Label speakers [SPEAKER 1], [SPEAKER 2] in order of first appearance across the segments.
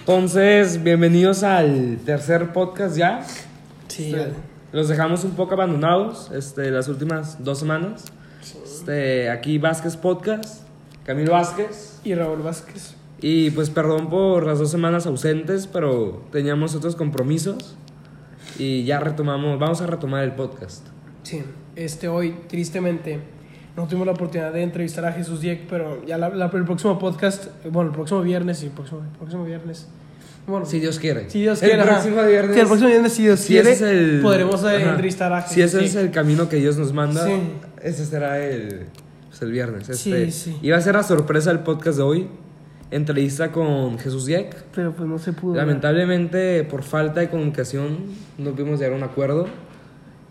[SPEAKER 1] Entonces, bienvenidos al tercer podcast ya.
[SPEAKER 2] Sí,
[SPEAKER 1] Este,
[SPEAKER 2] vale.
[SPEAKER 1] los dejamos un poco abandonados este, las últimas dos semanas. Este, aquí Vázquez Podcast, Camilo Vázquez.
[SPEAKER 2] Y Raúl Vázquez.
[SPEAKER 1] Y pues perdón por las dos semanas ausentes, pero teníamos otros compromisos. Y ya retomamos, vamos a retomar el podcast.
[SPEAKER 2] Sí, este hoy, tristemente, no tuvimos la oportunidad de entrevistar a Jesús Dieck, pero ya la- la- el próximo podcast, eh, bueno, el próximo viernes, sí, el próximo, el próximo viernes. Bueno,
[SPEAKER 1] Si Dios quiere.
[SPEAKER 2] si Dios
[SPEAKER 1] el
[SPEAKER 2] quiere. ajá.
[SPEAKER 1] Próximo viernes,
[SPEAKER 2] Sí, el próximo viernes, si Dios
[SPEAKER 1] si
[SPEAKER 2] quiere,
[SPEAKER 1] ese es el-
[SPEAKER 2] podremos eh,
[SPEAKER 1] ajá.
[SPEAKER 2] entrevistar a Jesús
[SPEAKER 1] Si ese es
[SPEAKER 2] Dieck.
[SPEAKER 1] el camino que Dios nos manda,
[SPEAKER 2] Sí.
[SPEAKER 1] ese será el, pues, el viernes.
[SPEAKER 2] Sí,
[SPEAKER 1] Este,
[SPEAKER 2] sí.
[SPEAKER 1] Iba a ser la sorpresa el podcast de hoy. Entrevista con Jesús Dieck.
[SPEAKER 2] Pero pues no se pudo.
[SPEAKER 1] Lamentablemente, por falta de comunicación, no pudimos llegar a un acuerdo.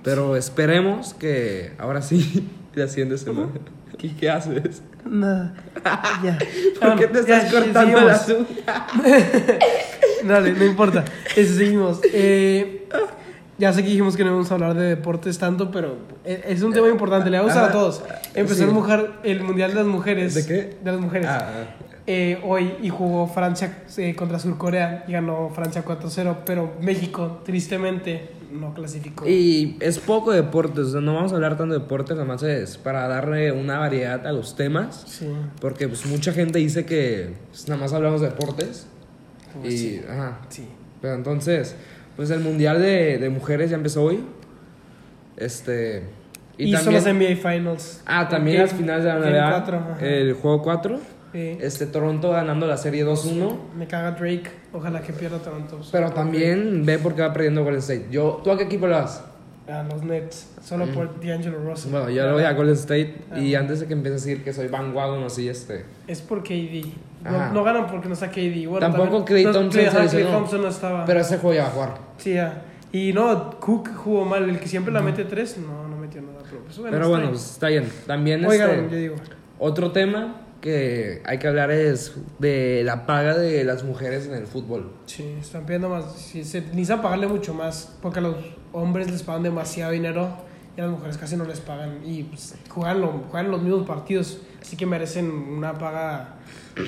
[SPEAKER 1] Pero esperemos que ahora sí, la siguiente semana. ¿Y qué haces?
[SPEAKER 2] Nada. Ah, Ya.
[SPEAKER 1] ¿Por qué te estás cortando la
[SPEAKER 2] las Dale, no importa. Eso seguimos. Eh, ya sé que dijimos que no íbamos a hablar de deportes tanto, pero e- es un tema importante. Le va a gustar a
[SPEAKER 1] Ajá.
[SPEAKER 2] todos.
[SPEAKER 1] Sí.
[SPEAKER 2] Empezó el, mujer- el Mundial de las Mujeres.
[SPEAKER 1] ¿De qué?
[SPEAKER 2] De las mujeres.
[SPEAKER 1] Ah, ah.
[SPEAKER 2] Eh, hoy y jugó Francia eh, contra Sur Corea. Y ganó Francia 4-0, pero México, tristemente, no clasificó.
[SPEAKER 1] Y es poco deporte, o sea, no vamos a hablar tanto de deporte, nada más es para darle una variedad a los temas.
[SPEAKER 2] Sí.
[SPEAKER 1] Porque pues mucha gente dice que pues, nada más hablamos de deportes. Y, ajá,
[SPEAKER 2] Pues Sí.
[SPEAKER 1] Pero entonces, pues el Mundial de, de Mujeres ya empezó hoy. Este.
[SPEAKER 2] Y, son los NBA Finals.
[SPEAKER 1] Ah, también
[SPEAKER 2] Game-
[SPEAKER 1] las finales de la
[SPEAKER 2] Game
[SPEAKER 1] NBA.
[SPEAKER 2] em- cuatro, ajá.
[SPEAKER 1] el juego 4.
[SPEAKER 2] Sí.
[SPEAKER 1] Este Toronto ganando la serie 2-1.
[SPEAKER 2] Me caga Drake. Ojalá que pierda Toronto.
[SPEAKER 1] Pero también ve por qué va perdiendo Golden State. Yo, ¿Tú a qué equipo le vas?
[SPEAKER 2] A los Nets. Solo por D'Angelo Russell.
[SPEAKER 1] Mm. Bueno, yo le voy a Golden State. Y antes de que empieces a decir que soy vanguardo, así este.
[SPEAKER 2] Es por KD.
[SPEAKER 1] Ajá.
[SPEAKER 2] No, no ganan porque no está KD. Bueno,
[SPEAKER 1] Ah. Tampoco
[SPEAKER 2] también-
[SPEAKER 1] Klay
[SPEAKER 2] no,
[SPEAKER 1] Thompson se
[SPEAKER 2] ajá, Klay
[SPEAKER 1] lesionó.
[SPEAKER 2] Thompson no estaba.
[SPEAKER 1] Pero ese juego ya va a jugar.
[SPEAKER 2] Sí, ya. Y no, Cook jugó mal. El que siempre la mete tres, no, no metió nada. Pero, pues,
[SPEAKER 1] Pero bueno,
[SPEAKER 2] está
[SPEAKER 1] pues, está bien. También
[SPEAKER 2] bien. Hoy
[SPEAKER 1] este,
[SPEAKER 2] ganaron, yo digo.
[SPEAKER 1] Otro tema que hay que hablar es de la paga de las mujeres en el fútbol.
[SPEAKER 2] Sí, están pidiendo más. Sí, se necesitan pagarle mucho más porque a los hombres les pagan demasiado dinero y a las mujeres casi no les pagan. Y pues, juegan, lo- juegan los mismos partidos, así que merecen una paga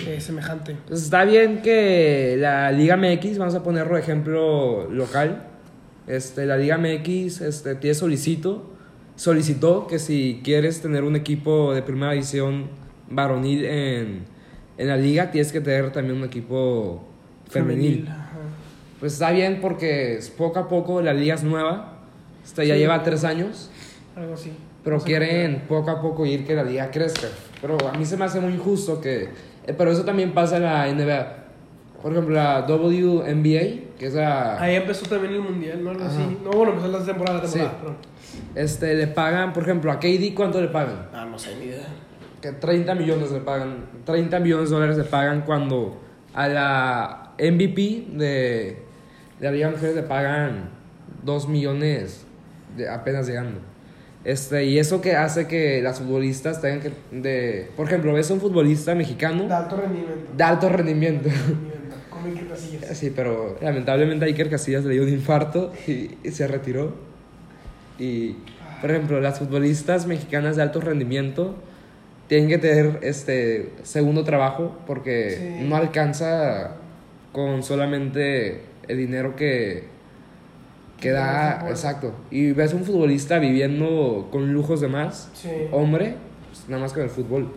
[SPEAKER 2] eh, semejante.
[SPEAKER 1] Pues está bien que la Liga MX, vamos a ponerlo de ejemplo local, este, la Liga MX este, te solicito, solicitó que si quieres tener un equipo de primera división varonil en, en la liga, tienes que tener también un equipo femenil.
[SPEAKER 2] Ajá.
[SPEAKER 1] Pues está bien porque es poco a poco la liga es nueva, esta ya
[SPEAKER 2] Sí.
[SPEAKER 1] lleva tres años.
[SPEAKER 2] Algo así.
[SPEAKER 1] Pero
[SPEAKER 2] No sé
[SPEAKER 1] quieren poco a poco ir que la liga crezca. Pero a mí se me hace muy injusto que... eh, Pero eso también pasa en la NBA. Por ejemplo, la WNBA, que es
[SPEAKER 2] cómo.
[SPEAKER 1] la...
[SPEAKER 2] Ahí empezó también el mundial, ¿no? Algo
[SPEAKER 1] Ajá.
[SPEAKER 2] así. No, bueno, empezó la temporada, la
[SPEAKER 1] Sí.
[SPEAKER 2] temporada. perdón.
[SPEAKER 1] Este, le pagan, por ejemplo, a KD, ¿cuánto le pagan?
[SPEAKER 2] Ah, no sé ni idea.
[SPEAKER 1] Que 30 millones le pagan. 30 millones de dólares le pagan cuando a la MVP de, de la Liga de Mujeres le pagan 2 millones de- apenas llegando. Este, y eso que hace que las futbolistas tengan que... De, por ejemplo, ves a un futbolista mexicano...
[SPEAKER 2] De alto rendimiento.
[SPEAKER 1] de alto rendimiento.
[SPEAKER 2] rendimiento. Con Iker Casillas.
[SPEAKER 1] Sí, pero lamentablemente a Iker Casillas le dio un infarto y, y se retiró. Y, por ejemplo, las futbolistas mexicanas de alto rendimiento tienen que tener este segundo trabajo porque
[SPEAKER 2] Sí.
[SPEAKER 1] no alcanza con solamente el dinero que, que
[SPEAKER 2] Que da el
[SPEAKER 1] da.
[SPEAKER 2] fútbol.
[SPEAKER 1] Exacto. Y ves un futbolista viviendo con lujos de más
[SPEAKER 2] Sí.
[SPEAKER 1] hombre, pues, nada más con el fútbol.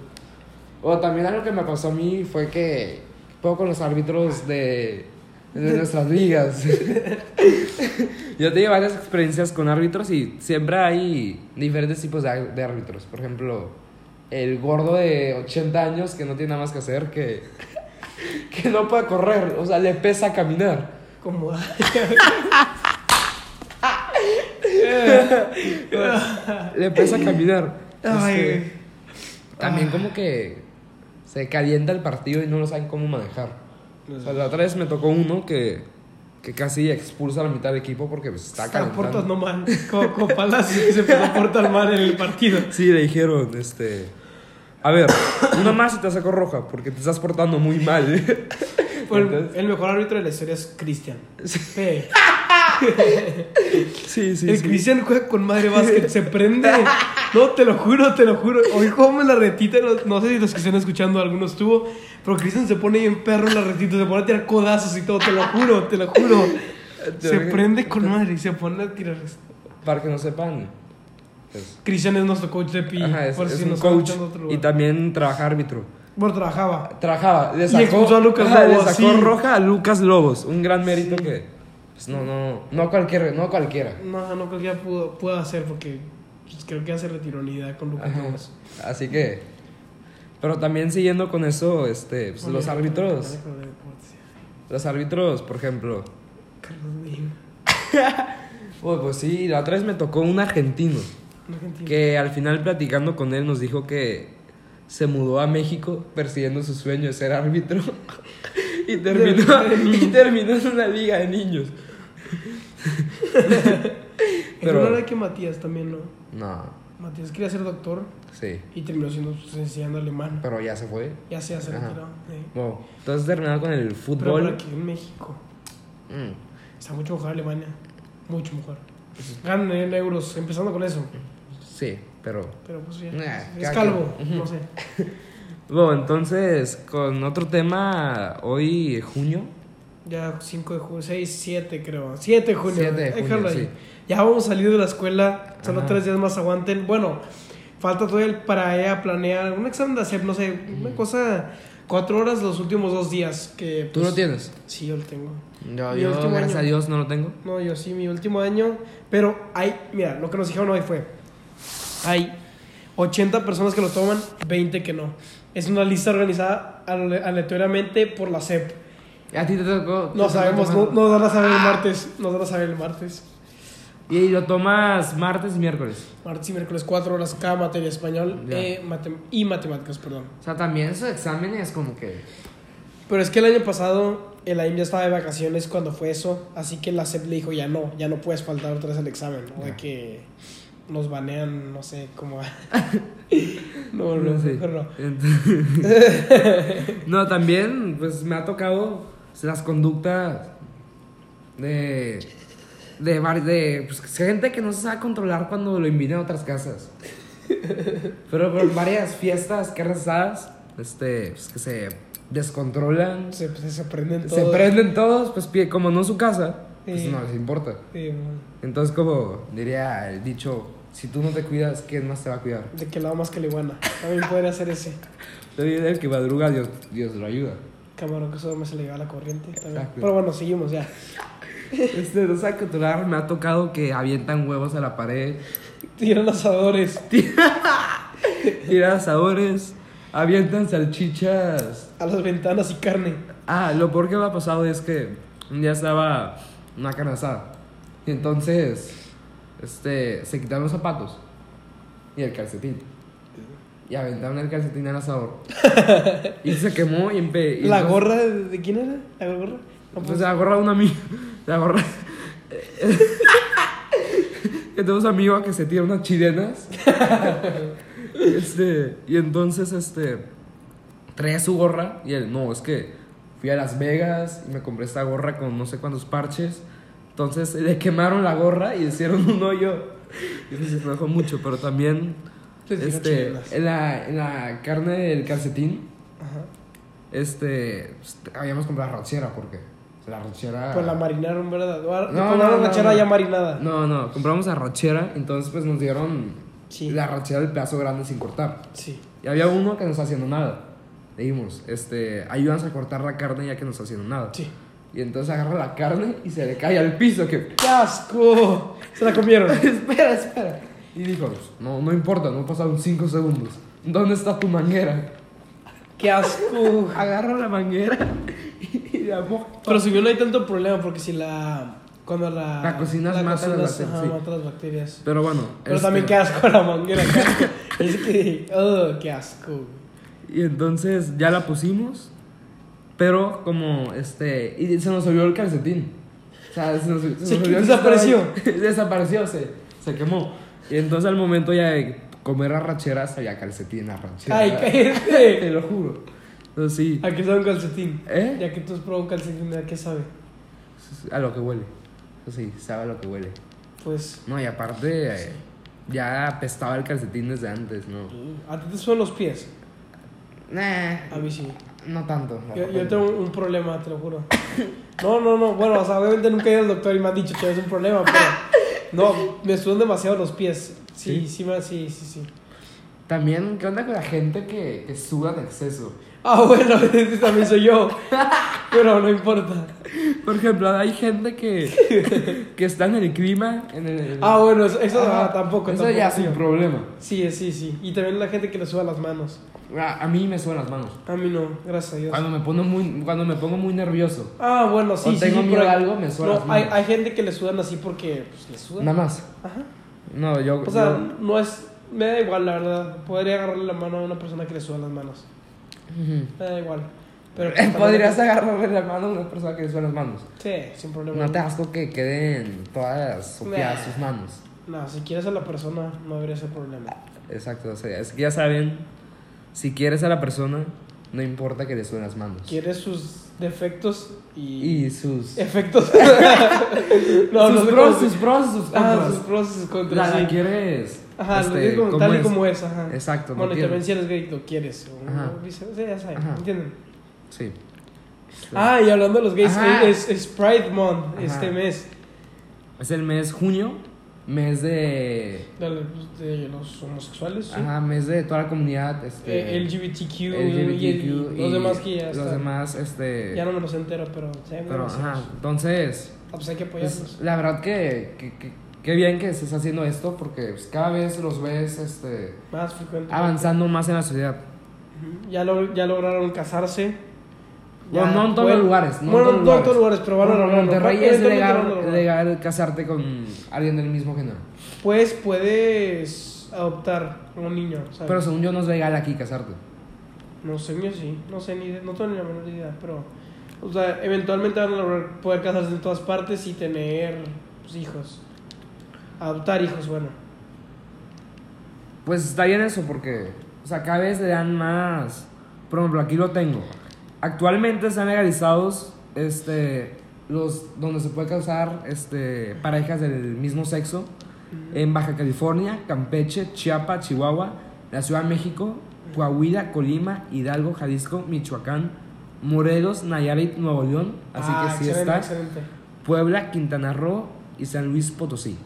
[SPEAKER 1] O también algo que me pasó a mí fue que puedo con los árbitros de, de nuestras ligas. Yo tengo varias experiencias con árbitros y siempre hay diferentes tipos de, ar- de árbitros. Por ejemplo, el gordo de 80 años que no tiene nada más que hacer, que, que no puede correr, o sea, le pesa caminar.
[SPEAKER 2] Como. Eh.
[SPEAKER 1] Le pesa caminar. Este,
[SPEAKER 2] Ay.
[SPEAKER 1] También como que se calienta el partido y no lo saben cómo manejar. O sea, la otra vez me tocó uno que, que casi expulsa a la mitad del equipo porque pues, está
[SPEAKER 2] Está portas
[SPEAKER 1] calentando.
[SPEAKER 2] no mal. Como, como Palacio que se empezó a portar mal en el partido.
[SPEAKER 1] Sí, le dijeron, este... A ver, una más y te saco roja porque te estás portando muy mal.
[SPEAKER 2] Fue el-
[SPEAKER 1] Entonces-
[SPEAKER 2] el mejor árbitro de la historia es Cristian. Sí.
[SPEAKER 1] Sí, sí,
[SPEAKER 2] El Cristian juega con madre básquet, se prende. No, te lo juro, te lo juro. Hoy jugamos la retita, no, no sé si los que están escuchando algunos tuvo, pero Cristian se pone en perro en la retita, se pone a tirar codazos y todo, te lo juro, te lo juro. Se prende con madre y se pone a tirar.
[SPEAKER 1] Para que no sepan. pues,
[SPEAKER 2] Cristian es nuestro coach de PI,
[SPEAKER 1] ajá, es,
[SPEAKER 2] por
[SPEAKER 1] es
[SPEAKER 2] si
[SPEAKER 1] un
[SPEAKER 2] nos
[SPEAKER 1] coach
[SPEAKER 2] escuchan de otro
[SPEAKER 1] y
[SPEAKER 2] lugar.
[SPEAKER 1] también trabaja árbitro.
[SPEAKER 2] Bueno, trabajaba.
[SPEAKER 1] Trabajaba, le
[SPEAKER 2] Y
[SPEAKER 1] sacó,
[SPEAKER 2] expulsó a Lucas
[SPEAKER 1] ajá,
[SPEAKER 2] Lobos,
[SPEAKER 1] le sacó
[SPEAKER 2] sí.
[SPEAKER 1] roja a Lucas Lobos. Un gran mérito que. Pues no, no, no cualquiera, no cualquiera.
[SPEAKER 2] No, no creo que ya pudo, pueda hacer porque pues, creo que hace retironidad con Lucas
[SPEAKER 1] Ajá.
[SPEAKER 2] Lobos.
[SPEAKER 1] Así que. Pero también siguiendo con eso, este, pues, los árbitros. Los árbitros, por ejemplo.
[SPEAKER 2] Carlos Medina,
[SPEAKER 1] Uy, pues sí, la otra vez me tocó un argentino.
[SPEAKER 2] un argentino.
[SPEAKER 1] Que al final platicando con él nos dijo que se mudó a México persiguiendo su sueño de ser árbitro. y, terminó, y terminó en una liga de niños.
[SPEAKER 2] Pero...
[SPEAKER 1] pero-
[SPEAKER 2] No era que Matías también, ¿no?
[SPEAKER 1] No,
[SPEAKER 2] Matías quería ser doctor
[SPEAKER 1] sí.
[SPEAKER 2] y terminó siendo pues, enseñando alemán.
[SPEAKER 1] Pero ya se fue.
[SPEAKER 2] Ya se hace
[SPEAKER 1] Ajá.
[SPEAKER 2] retirado. eh.
[SPEAKER 1] Wow. Entonces terminado con el
[SPEAKER 2] Pero
[SPEAKER 1] fútbol.
[SPEAKER 2] aquí en México
[SPEAKER 1] Mm.
[SPEAKER 2] está mucho mejor Alemania. Mucho mejor.
[SPEAKER 1] Pues
[SPEAKER 2] Ganan en euros, empezando con eso.
[SPEAKER 1] Sí, pero
[SPEAKER 2] Pero pues ya.
[SPEAKER 1] Nah,
[SPEAKER 2] es
[SPEAKER 1] cada
[SPEAKER 2] calvo,
[SPEAKER 1] quien.
[SPEAKER 2] no sé.
[SPEAKER 1] Bueno, entonces, con otro tema, hoy junio.
[SPEAKER 2] Ya 5 de junio, 6, 7 creo. 7 de junio.
[SPEAKER 1] 7 de
[SPEAKER 2] déjalo
[SPEAKER 1] junio,
[SPEAKER 2] ahí.
[SPEAKER 1] sí.
[SPEAKER 2] Ya vamos a salir de la escuela, solo
[SPEAKER 1] Ajá.
[SPEAKER 2] 3 días más aguanten. Bueno, falta todavía el- para ella planear un examen de hacer, no sé,
[SPEAKER 1] Mm.
[SPEAKER 2] una cosa, 4 horas los últimos 2 días. Que,
[SPEAKER 1] ¿Tú
[SPEAKER 2] pues,
[SPEAKER 1] lo tienes?
[SPEAKER 2] Sí, yo lo tengo.
[SPEAKER 1] Yo,
[SPEAKER 2] Mi último
[SPEAKER 1] gracias
[SPEAKER 2] año.
[SPEAKER 1] a Dios, no lo tengo.
[SPEAKER 2] No, yo sí, mi último año. Pero hay, mira, lo que nos dijeron hoy fue: hay 80 personas que lo toman, 20 que no. Es una lista organizada ale- aleatoriamente por la CEP.
[SPEAKER 1] ¿A ti te tocó?
[SPEAKER 2] No
[SPEAKER 1] te tocó
[SPEAKER 2] sabemos, no,
[SPEAKER 1] tomarlo?
[SPEAKER 2] nos van a saber el martes. Nos van a saber el martes.
[SPEAKER 1] Y lo tomas martes y miércoles.
[SPEAKER 2] Martes y miércoles, 4 horas cada materia español
[SPEAKER 1] Ya.
[SPEAKER 2] eh, matem- y matemáticas, perdón.
[SPEAKER 1] O sea, también esos exámenes como que...
[SPEAKER 2] Pero es que el año pasado el AIM ya estaba de vacaciones cuando fue eso, así que la CEP le dijo ya no, ya no puedes faltar otra vez al examen, ¿no? De
[SPEAKER 1] Ya.
[SPEAKER 2] que nos banean, no sé cómo. no, no,
[SPEAKER 1] sé.
[SPEAKER 2] mejor no.
[SPEAKER 1] Ent- no, también, pues me ha tocado pues, las conductas de... De, var- de pues, gente que no se sabe controlar cuando lo invitan a otras casas. Pero por varias fiestas, carnes asadas, este, pues, que se descontrolan,
[SPEAKER 2] Se, se, se prenden todos.
[SPEAKER 1] se prenden todos, pues pie- como no es su casa, pues
[SPEAKER 2] Sí.
[SPEAKER 1] no les importa.
[SPEAKER 2] Sí, man.
[SPEAKER 1] Entonces, como diría el dicho, si tú no te cuidas, ¿quién más te va a cuidar?
[SPEAKER 2] de que lado más que la iguana. También podría hacer ese.
[SPEAKER 1] El que madruga, Dios, Dios lo ayuda.
[SPEAKER 2] Camarón que solo me se le lleva la corriente. también.
[SPEAKER 1] Exacto.
[SPEAKER 2] Pero bueno, seguimos ya.
[SPEAKER 1] Este, no sabe controlar, me ha tocado que avientan huevos a la pared,
[SPEAKER 2] Tiran asadores
[SPEAKER 1] tiran asadores, avientan salchichas.
[SPEAKER 2] a las ventanas y carne.
[SPEAKER 1] Ah, lo peor que me ha pasado es que un día estaba una carne asada. Y entonces, este, se quitaron los zapatos y el calcetín. Y aventaron el calcetín al asador. y se quemó y, empe- y
[SPEAKER 2] ¿La
[SPEAKER 1] entonces-
[SPEAKER 2] gorra de, de quién era? ¿La gorra? No,
[SPEAKER 1] Pues
[SPEAKER 2] pues,
[SPEAKER 1] se agarra una amiga. Se agarra. que tenemos amigos que se tira unas chilenas. este, y entonces, este. Trae su gorra. Y él, no, es que fui a Las Vegas y me compré esta gorra con no sé cuántos parches. Entonces le quemaron la gorra y hicieron un hoyo. Y eso se enojó mucho, pero también.
[SPEAKER 2] les tiro
[SPEAKER 1] Este,
[SPEAKER 2] chilenas.
[SPEAKER 1] en, la, en la carne del calcetín,
[SPEAKER 2] Ajá.
[SPEAKER 1] este. pues, habíamos comprado arrachera porque. La arrachera.
[SPEAKER 2] Pues la marinaron, ¿verdad? pues, O ahora-
[SPEAKER 1] Ah. No,
[SPEAKER 2] con
[SPEAKER 1] no,
[SPEAKER 2] una
[SPEAKER 1] no,
[SPEAKER 2] ranchera
[SPEAKER 1] no.
[SPEAKER 2] ya marinada.
[SPEAKER 1] No, no, compramos arrachera, entonces pues nos dieron
[SPEAKER 2] Sí.
[SPEAKER 1] la arrachera del pedazo grande sin cortar.
[SPEAKER 2] Sí.
[SPEAKER 1] Y había uno que no está haciendo nada. Le dijimos, este, ayúdanos a cortar la carne ya que no está haciendo nada.
[SPEAKER 2] Sí.
[SPEAKER 1] Y entonces agarra la carne y se le cae al piso que...
[SPEAKER 2] ¡Qué asco! Se la comieron.
[SPEAKER 1] espera, espera. Y dijo, "Pues, no, no importa, no pasaron 5 segundos. ¿Dónde está tu manguera?
[SPEAKER 2] ¡Qué asco!
[SPEAKER 1] Agarra la manguera y la moja.
[SPEAKER 2] Pero si bien no hay tanto problema porque si la. Cuando la.
[SPEAKER 1] La cocinas mata las bacterias,
[SPEAKER 2] ajá,
[SPEAKER 1] sí.
[SPEAKER 2] mata las bacterias.
[SPEAKER 1] Pero bueno.
[SPEAKER 2] Pero
[SPEAKER 1] este-
[SPEAKER 2] también qué asco la manguera. qué asco. es que. ¡Oh, qué asco!
[SPEAKER 1] Y entonces ya la pusimos, pero como este. Y se nos olvidó el calcetín. O sea, se nos, se nos
[SPEAKER 2] Se
[SPEAKER 1] olvidó que
[SPEAKER 2] desapareció.
[SPEAKER 1] estaba ahí. desapareció, se, se quemó. Y entonces al momento ya de comer arracheras había calcetín arrachera.
[SPEAKER 2] ¡Ay,
[SPEAKER 1] Te
[SPEAKER 2] cállate!
[SPEAKER 1] lo juro. Entonces sí,
[SPEAKER 2] ¿A qué sabe un calcetín?
[SPEAKER 1] ¿eh?
[SPEAKER 2] Ya que tú has probado un calcetín, ¿a qué sabe?
[SPEAKER 1] A lo que huele. pues sí, sabe lo que huele.
[SPEAKER 2] Pues,
[SPEAKER 1] No, y aparte, eh, ya apestaba el calcetín desde antes, ¿no?
[SPEAKER 2] ¿a ti te suenan los pies?
[SPEAKER 1] Nah,
[SPEAKER 2] A mí sí.
[SPEAKER 1] no tanto.
[SPEAKER 2] Yo, yo tengo un problema, te lo juro. No, no, no. Bueno, o sea, obviamente nunca he ido al doctor y me han dicho que es un problema, pero. No, me sudan demasiado los pies. Sí, sí, me- sí, sí, sí.
[SPEAKER 1] También, ¿qué onda con la gente que, que suda en exceso?
[SPEAKER 2] Ah, bueno, este también soy yo. Pero no importa.
[SPEAKER 1] Por ejemplo, hay gente que, que está en el clima. En el,
[SPEAKER 2] Ah, bueno, eso, eso, ah, tampoco.
[SPEAKER 1] Eso
[SPEAKER 2] tampoco,
[SPEAKER 1] ya es
[SPEAKER 2] sí.
[SPEAKER 1] un problema.
[SPEAKER 2] Sí, sí, sí. Y también la gente que le suda las manos.
[SPEAKER 1] Ah, A, a mí me sudan las manos.
[SPEAKER 2] A mí no, gracias a Dios.
[SPEAKER 1] Cuando me, pongo muy, cuando me pongo muy nervioso.
[SPEAKER 2] Ah, bueno, sí,
[SPEAKER 1] Ah, O
[SPEAKER 2] sí.
[SPEAKER 1] tengo
[SPEAKER 2] sí,
[SPEAKER 1] miedo
[SPEAKER 2] pero-
[SPEAKER 1] a algo, me sudan las
[SPEAKER 2] No, hay,
[SPEAKER 1] manos.
[SPEAKER 2] hay gente que le sudan así porque pues, le sudan.
[SPEAKER 1] Nada más.
[SPEAKER 2] Ajá.
[SPEAKER 1] No, yo.
[SPEAKER 2] O sea,
[SPEAKER 1] yo-
[SPEAKER 2] no es. Me da igual, la verdad. Podría agarrarle la mano a una persona que le sudan las manos.
[SPEAKER 1] Ujú.
[SPEAKER 2] Me da igual. Pero
[SPEAKER 1] Podrías agarrarle la mano a una persona que le sudan las manos.
[SPEAKER 2] Sí, sin problema.
[SPEAKER 1] No te asco que queden todas sopeadas
[SPEAKER 2] Nah.
[SPEAKER 1] sus manos.
[SPEAKER 2] No, si quieres a la persona, no habría ese problema.
[SPEAKER 1] Exacto, o sea, es que ya saben, si quieres a la persona, no importa que le suden las manos.
[SPEAKER 2] Quieres sus defectos y.
[SPEAKER 1] Y sus.
[SPEAKER 2] Efectos. Eh, no, no
[SPEAKER 1] sus
[SPEAKER 2] sé
[SPEAKER 1] pros,
[SPEAKER 2] cómo se-
[SPEAKER 1] sus pros, sus
[SPEAKER 2] Ah, sus
[SPEAKER 1] contras.
[SPEAKER 2] pros y sus contras.
[SPEAKER 1] La, la
[SPEAKER 2] sí.
[SPEAKER 1] quieres.
[SPEAKER 2] Ajá, lo
[SPEAKER 1] este,
[SPEAKER 2] digo como
[SPEAKER 1] ¿cómo
[SPEAKER 2] tal y
[SPEAKER 1] es?
[SPEAKER 2] como es, ajá.
[SPEAKER 1] Exacto, no
[SPEAKER 2] Bueno, y también
[SPEAKER 1] quieres.
[SPEAKER 2] si eres gay, lo quieres. O
[SPEAKER 1] Ajá.
[SPEAKER 2] vice- o sea, ya saben,
[SPEAKER 1] Ajá.
[SPEAKER 2] ¿entienden?
[SPEAKER 1] Sí. Sí.
[SPEAKER 2] Ah, y hablando de los gays,
[SPEAKER 1] Ajá.
[SPEAKER 2] eh, es, es Pride Month
[SPEAKER 1] Ajá.
[SPEAKER 2] este mes.
[SPEAKER 1] Es el mes junio, mes de.
[SPEAKER 2] De, de los homosexuales, sí.
[SPEAKER 1] Ajá, mes de toda la comunidad. Este,
[SPEAKER 2] Eh, LGBTQ, y-
[SPEAKER 1] LGBTQ
[SPEAKER 2] y los demás que ya
[SPEAKER 1] los
[SPEAKER 2] están.
[SPEAKER 1] demás, este.
[SPEAKER 2] Ya no me los entero, pero sí, hay
[SPEAKER 1] pero,
[SPEAKER 2] menos.
[SPEAKER 1] ajá, entonces.
[SPEAKER 2] Ah, pues hay que
[SPEAKER 1] Pues,
[SPEAKER 2] apoyarlos.
[SPEAKER 1] la verdad que, que, que- que bien que estés haciendo esto porque pues, cada vez los ves este,
[SPEAKER 2] Más frecuente.
[SPEAKER 1] avanzando más en la ciudad. Ah.
[SPEAKER 2] Ujú. Ya, lo- ya lograron casarse.
[SPEAKER 1] No, no en todos
[SPEAKER 2] pueden-
[SPEAKER 1] los lugares, no en
[SPEAKER 2] bueno,
[SPEAKER 1] todos
[SPEAKER 2] no en
[SPEAKER 1] los
[SPEAKER 2] todos los lugares, pero van a
[SPEAKER 1] en
[SPEAKER 2] lograrlo.
[SPEAKER 1] Monterrey
[SPEAKER 2] Parte
[SPEAKER 1] es
[SPEAKER 2] de todo lo que van a
[SPEAKER 1] legal,
[SPEAKER 2] lograr.
[SPEAKER 1] legal casarte con alguien del mismo género.
[SPEAKER 2] Pues puedes adoptar a un niño, ¿sabes?
[SPEAKER 1] Pero según yo no es legal aquí casarte.
[SPEAKER 2] No sé, yo sí, no sé ni no tengo ni la menor idea, pero o sea, eventualmente van a lograr poder casarse en todas partes y tener pues, hijos. Adoptar hijos, bueno.
[SPEAKER 1] Pues está bien eso porque o sea, cada vez le dan más. Por ejemplo, aquí lo tengo. Actualmente están legalizados este, los donde se puede casar este, parejas del mismo sexo en Baja California, Campeche, Chiapa, Chihuahua, la Ciudad de México, Coahuila, Colima, Hidalgo, Jalisco, Michoacán, Morelos, Nayarit, Nuevo León, así
[SPEAKER 2] Ah,
[SPEAKER 1] que sí
[SPEAKER 2] excelente,
[SPEAKER 1] está,
[SPEAKER 2] excelente.
[SPEAKER 1] Puebla, Quintana Roo y San Luis Potosí.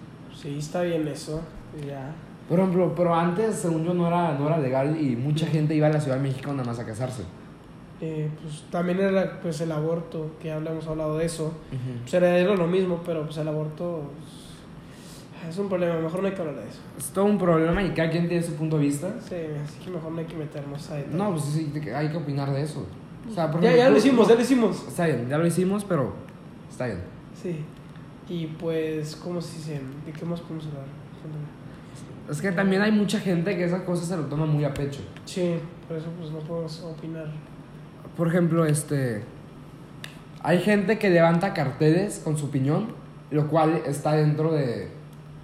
[SPEAKER 2] Sí, está bien eso. Ya.
[SPEAKER 1] Por ejemplo, pero antes, según yo, no era, no era legal y mucha gente iba a la Ciudad de México nada más a casarse.
[SPEAKER 2] Eh, pues también era pues el aborto, que hablamos hablado de eso. Pues era era lo mismo, pero pues el aborto pues, es un problema, mejor no hay que hablar de eso.
[SPEAKER 1] Es todo un problema y cada quien tiene su punto de vista.
[SPEAKER 2] Sí, así que mejor no hay que meternos a
[SPEAKER 1] No, pues sí, de que hay que opinar de eso. O sea, por
[SPEAKER 2] ya,
[SPEAKER 1] ejemplo,
[SPEAKER 2] ya lo
[SPEAKER 1] tú-
[SPEAKER 2] hicimos, ¿eh? ya lo hicimos.
[SPEAKER 1] Está bien, ya lo hicimos, pero está bien.
[SPEAKER 2] Sí. Y pues, ¿cómo se dice? ¿De qué más podemos hablar?
[SPEAKER 1] Es que también hay mucha gente que esas cosas se lo toma muy a pecho.
[SPEAKER 2] Sí, por eso pues no podemos opinar.
[SPEAKER 1] Por ejemplo, este. Hay gente que levanta carteles con su opinión, lo cual está dentro de.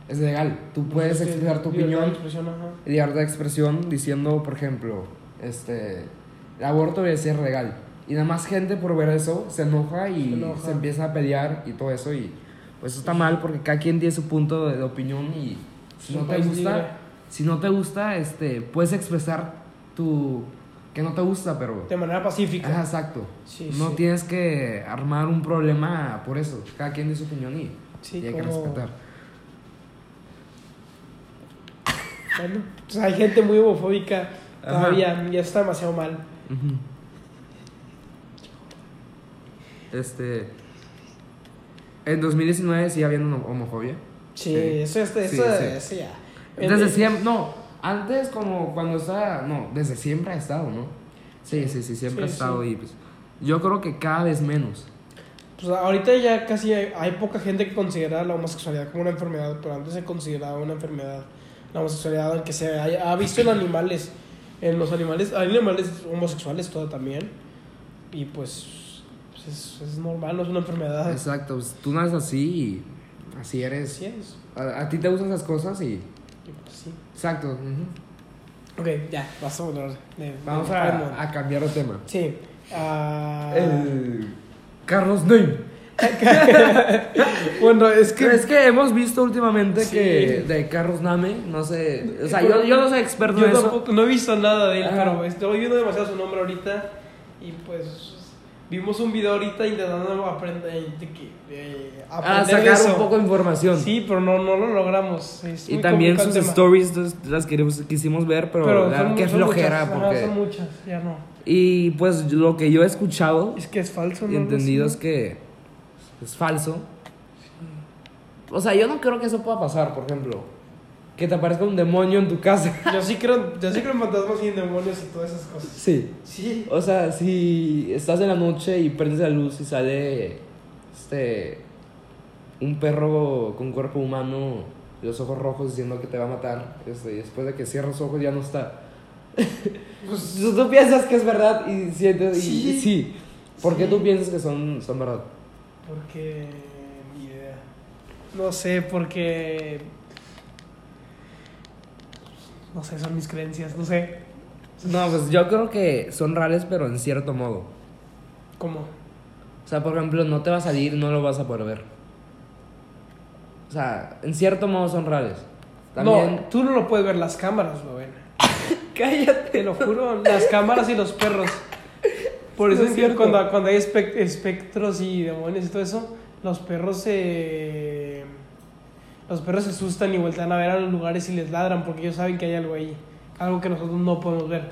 [SPEAKER 1] Es legal. Tú puedes
[SPEAKER 2] Este,
[SPEAKER 1] expresar tu
[SPEAKER 2] libertad de
[SPEAKER 1] opinión
[SPEAKER 2] expresión, ajá.
[SPEAKER 1] y libertad de expresión diciendo, por ejemplo, este. El aborto debe ser legal. Y nada más gente por ver eso se enoja y
[SPEAKER 2] Se
[SPEAKER 1] se,
[SPEAKER 2] enoja.
[SPEAKER 1] empieza a pelear y todo eso. Y pues eso está mal porque cada quien tiene su punto de, de opinión y
[SPEAKER 2] Es
[SPEAKER 1] si no
[SPEAKER 2] un
[SPEAKER 1] te
[SPEAKER 2] país
[SPEAKER 1] gusta.
[SPEAKER 2] libre.
[SPEAKER 1] Si no te gusta, este, puedes expresar tu... que no te gusta, pero...
[SPEAKER 2] De manera pacífica.
[SPEAKER 1] Ajá, exacto.
[SPEAKER 2] Sí,
[SPEAKER 1] no
[SPEAKER 2] sí.
[SPEAKER 1] tienes que armar un problema por eso. Cada quien dice su opinión y,
[SPEAKER 2] Sí,
[SPEAKER 1] y hay que
[SPEAKER 2] como-
[SPEAKER 1] respetar.
[SPEAKER 2] Bueno, pues, hay gente muy homofóbica
[SPEAKER 1] Ajá.
[SPEAKER 2] todavía, ya está demasiado mal.
[SPEAKER 1] Ujú. Este... En 2019 sigue habiendo homo- homofobia.
[SPEAKER 2] Sí,
[SPEAKER 1] Sí.
[SPEAKER 2] eso, eso,
[SPEAKER 1] Sí,
[SPEAKER 2] eso, Eh,
[SPEAKER 1] sí.
[SPEAKER 2] eso ya.
[SPEAKER 1] Desde
[SPEAKER 2] En-
[SPEAKER 1] siempre... No, antes como cuando estaba... No, desde siempre ha estado, ¿no? Sí, sí, sí, siempre
[SPEAKER 2] Sí,
[SPEAKER 1] ha estado y pues... Yo creo que cada vez menos.
[SPEAKER 2] Pues ahorita ya casi hay, hay poca gente que considera la homosexualidad como una enfermedad, pero antes se consideraba una enfermedad. La homosexualidad, aunque se haya- ha visto en animales, en los animales, hay animales homosexuales todo también. Y pues, pues es, es normal, no es una enfermedad.
[SPEAKER 1] Exacto, pues, tú naces así y así eres.
[SPEAKER 2] Así es.
[SPEAKER 1] A, a ti te gustan esas cosas y.
[SPEAKER 2] Y pues sí.
[SPEAKER 1] Exacto. ujú.
[SPEAKER 2] Ok, ya, vas a hablar de-
[SPEAKER 1] Vamos
[SPEAKER 2] de-
[SPEAKER 1] a, a cambiar de tema.
[SPEAKER 2] Sí. Ah,
[SPEAKER 1] El- Carlos Ney.
[SPEAKER 2] bueno, es que.
[SPEAKER 1] Pero es que hemos visto últimamente
[SPEAKER 2] Sí. Eh,
[SPEAKER 1] que de carros Name, no sé. O sea, yo, yo no soy experto
[SPEAKER 2] yo
[SPEAKER 1] en eso.
[SPEAKER 2] tampoco, no he visto nada de él,
[SPEAKER 1] Ah.
[SPEAKER 2] pero estoy oyendo demasiado su nombre ahorita. Y pues vimos un video ahorita intentando aprender, de que- de
[SPEAKER 1] A
[SPEAKER 2] aprender de
[SPEAKER 1] Ah, sacar
[SPEAKER 2] eso.
[SPEAKER 1] un poco de información.
[SPEAKER 2] Sí, pero no, no lo logramos. Es
[SPEAKER 1] y
[SPEAKER 2] muy
[SPEAKER 1] también
[SPEAKER 2] complicado
[SPEAKER 1] sus
[SPEAKER 2] el tema.
[SPEAKER 1] stories las- las queremos- quisimos ver, pero, la verdad
[SPEAKER 2] son-
[SPEAKER 1] que
[SPEAKER 2] son
[SPEAKER 1] flojera.
[SPEAKER 2] muchas, ajá,
[SPEAKER 1] porque...
[SPEAKER 2] son muchas, ya no.
[SPEAKER 1] Y pues lo que yo he escuchado
[SPEAKER 2] Es que es falso,
[SPEAKER 1] y
[SPEAKER 2] ¿no?
[SPEAKER 1] entendido es
[SPEAKER 2] Sí.
[SPEAKER 1] que es falso. O sea, yo no creo que eso pueda pasar, por ejemplo. Que te aparezca un demonio en tu casa.
[SPEAKER 2] Yo sí creo, yo sí creo en fantasmas y en demonios y todas esas cosas.
[SPEAKER 1] Sí.
[SPEAKER 2] Sí.
[SPEAKER 1] O sea, si estás en la noche y prendes la luz y sale este un perro con cuerpo humano, los ojos rojos diciendo que te va a matar, este, y después de que cierras los ojos ya no está.
[SPEAKER 2] Pues,
[SPEAKER 1] Tú, tú piensas que es verdad y sientes y-
[SPEAKER 2] Sí.
[SPEAKER 1] y sí. ¿Por qué
[SPEAKER 2] Sí.
[SPEAKER 1] tú piensas que son, son verdad?
[SPEAKER 2] porque. Ni idea. No sé, porque. No sé, son mis creencias, no sé.
[SPEAKER 1] No, pues yo creo que son reales, pero en cierto modo.
[SPEAKER 2] ¿Cómo?
[SPEAKER 1] O sea, por ejemplo, no te va a salir, no lo vas a poder ver. O sea, en cierto modo son reales. También.
[SPEAKER 2] No, tú no lo puedes ver, las cámaras lo ven.
[SPEAKER 1] cállate.
[SPEAKER 2] Te lo juro, las cámaras y los perros. Por eso
[SPEAKER 1] No es
[SPEAKER 2] es que
[SPEAKER 1] cierto.
[SPEAKER 2] cuando, cuando hay espec- espectros y demonios y todo eso, los perros se. Los perros se asustan y vueltan a ver a los lugares y les ladran porque ellos saben que hay algo ahí. Algo que nosotros no podemos ver.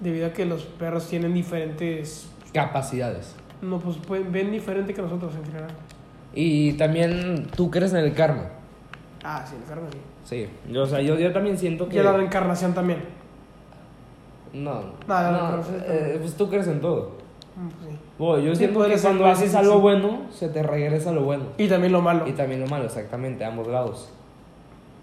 [SPEAKER 2] Debido a que los perros tienen diferentes.
[SPEAKER 1] Capacidades.
[SPEAKER 2] No, pues pueden- ven diferente que nosotros en general.
[SPEAKER 1] Y también tú crees en el karma.
[SPEAKER 2] Ah, sí, el karma sí.
[SPEAKER 1] Sí. Yo, o sea, yo, yo también siento
[SPEAKER 2] Y
[SPEAKER 1] que.
[SPEAKER 2] a la reencarnación también.
[SPEAKER 1] No.
[SPEAKER 2] Nada,
[SPEAKER 1] no,
[SPEAKER 2] no, pero-
[SPEAKER 1] eh, pues tú crees en todo.
[SPEAKER 2] Mm, pues sí.
[SPEAKER 1] Bueno, yo
[SPEAKER 2] Sí,
[SPEAKER 1] siento
[SPEAKER 2] podría
[SPEAKER 1] que
[SPEAKER 2] ser
[SPEAKER 1] cuando
[SPEAKER 2] más,
[SPEAKER 1] haces
[SPEAKER 2] sí,
[SPEAKER 1] algo
[SPEAKER 2] sí.
[SPEAKER 1] bueno, se te regresa lo bueno.
[SPEAKER 2] Y también lo malo.
[SPEAKER 1] Y también lo malo, exactamente, a ambos lados.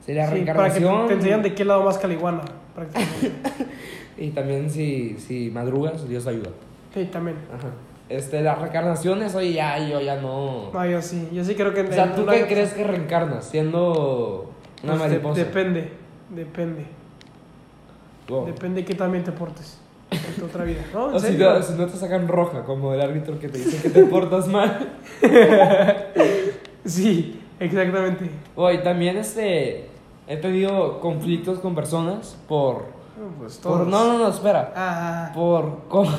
[SPEAKER 1] Sería
[SPEAKER 2] Sí, para que
[SPEAKER 1] reencarnación.
[SPEAKER 2] te, te enseñan de qué lado más caliguana, prácticamente.
[SPEAKER 1] Y también si, si madrugas, Dios te ayuda.
[SPEAKER 2] Sí, también.
[SPEAKER 1] Ajá. Este, las reencarnaciones, oye, ya, yo ya no.
[SPEAKER 2] No, yo sí. Yo sí creo que...
[SPEAKER 1] o sea, ¿tú qué
[SPEAKER 2] una-
[SPEAKER 1] crees que reencarnas? Siendo una
[SPEAKER 2] pues, de-
[SPEAKER 1] mariposa.
[SPEAKER 2] depende. Depende.
[SPEAKER 1] Wow.
[SPEAKER 2] Depende de qué también te portes. En tu otra vida. No, en
[SPEAKER 1] O si
[SPEAKER 2] serio.
[SPEAKER 1] no, si no te sacan roja, como el árbitro que te dice que te portas mal.
[SPEAKER 2] Sí, exactamente.
[SPEAKER 1] Oye, también este, he tenido conflictos con personas por.
[SPEAKER 2] No, Pues todos.
[SPEAKER 1] por no, no, no, espera.
[SPEAKER 2] Ah, ah,
[SPEAKER 1] Por cómo,